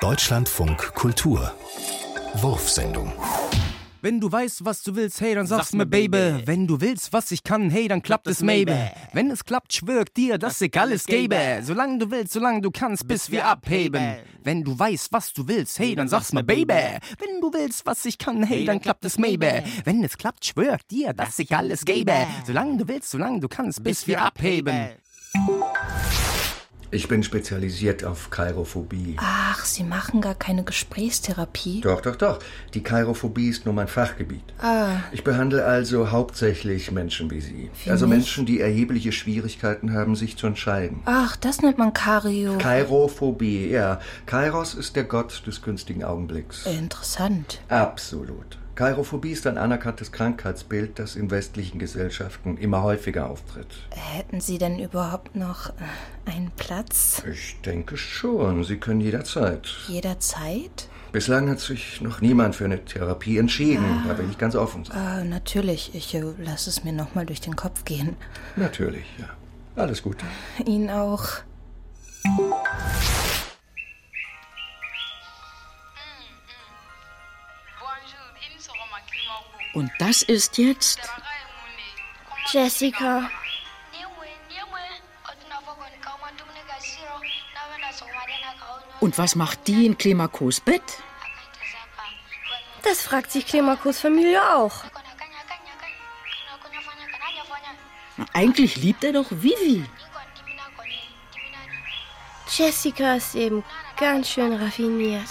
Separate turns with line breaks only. Deutschlandfunk Kultur. Wurfsendung.
Wenn du weißt, was du willst, hey, dann sag's
Sag's
mir, Baby.
mir, Baby.
Wenn du willst, was ich kann, hey, dann klappt
Klappt
es,
es,
maybe.
maybe.
Wenn es klappt, schwört dir, dass ich alles gebe.
gebe.
Solange du willst, solange du kannst, bis wir abheben.
abheben.
Wenn du weißt, was du willst, hey, dann sag's mir, Baby. Wenn du willst, was ich kann, hey, dann klappt es, maybe. Wenn es klappt, schwört dir, dass ich alles gebe. Solange du willst, solange du kannst, bis wir abheben.
Ich bin spezialisiert auf Kairophobie.
Ach, Sie machen gar keine Gesprächstherapie.
Doch, doch, doch. Die Kairophobie ist nur mein Fachgebiet. Ich behandle also hauptsächlich Menschen wie Sie. also
mich?
Menschen, die erhebliche Schwierigkeiten haben, sich zu entscheiden.
Ach, das nennt man Kario.
Kairophobie, ja. Kairos ist der Gott des günstigen Augenblicks.
Äh. Interessant.
Absolut. Kairophobie ist ein anerkanntes Krankheitsbild, das in westlichen Gesellschaften immer häufiger auftritt.
Hätten Sie denn überhaupt noch äh, einen Platz?
Ich denke schon, Sie können jederzeit.
Jederzeit?
Bislang hat sich noch niemand für eine Therapie entschieden, da will ich ganz offen sein.
Äh, natürlich, ich äh, lasse es mir nochmal durch den Kopf gehen.
Natürlich, ja. Alles Gute.
Ihnen auch.
Und das ist jetzt
Jessica.
Und was macht die in Klimakos Bett?
Das fragt sich Clemakos Familie auch.
Na, Eigentlich liebt er doch Vivi.
Jessica ist eben ganz schön raffiniert.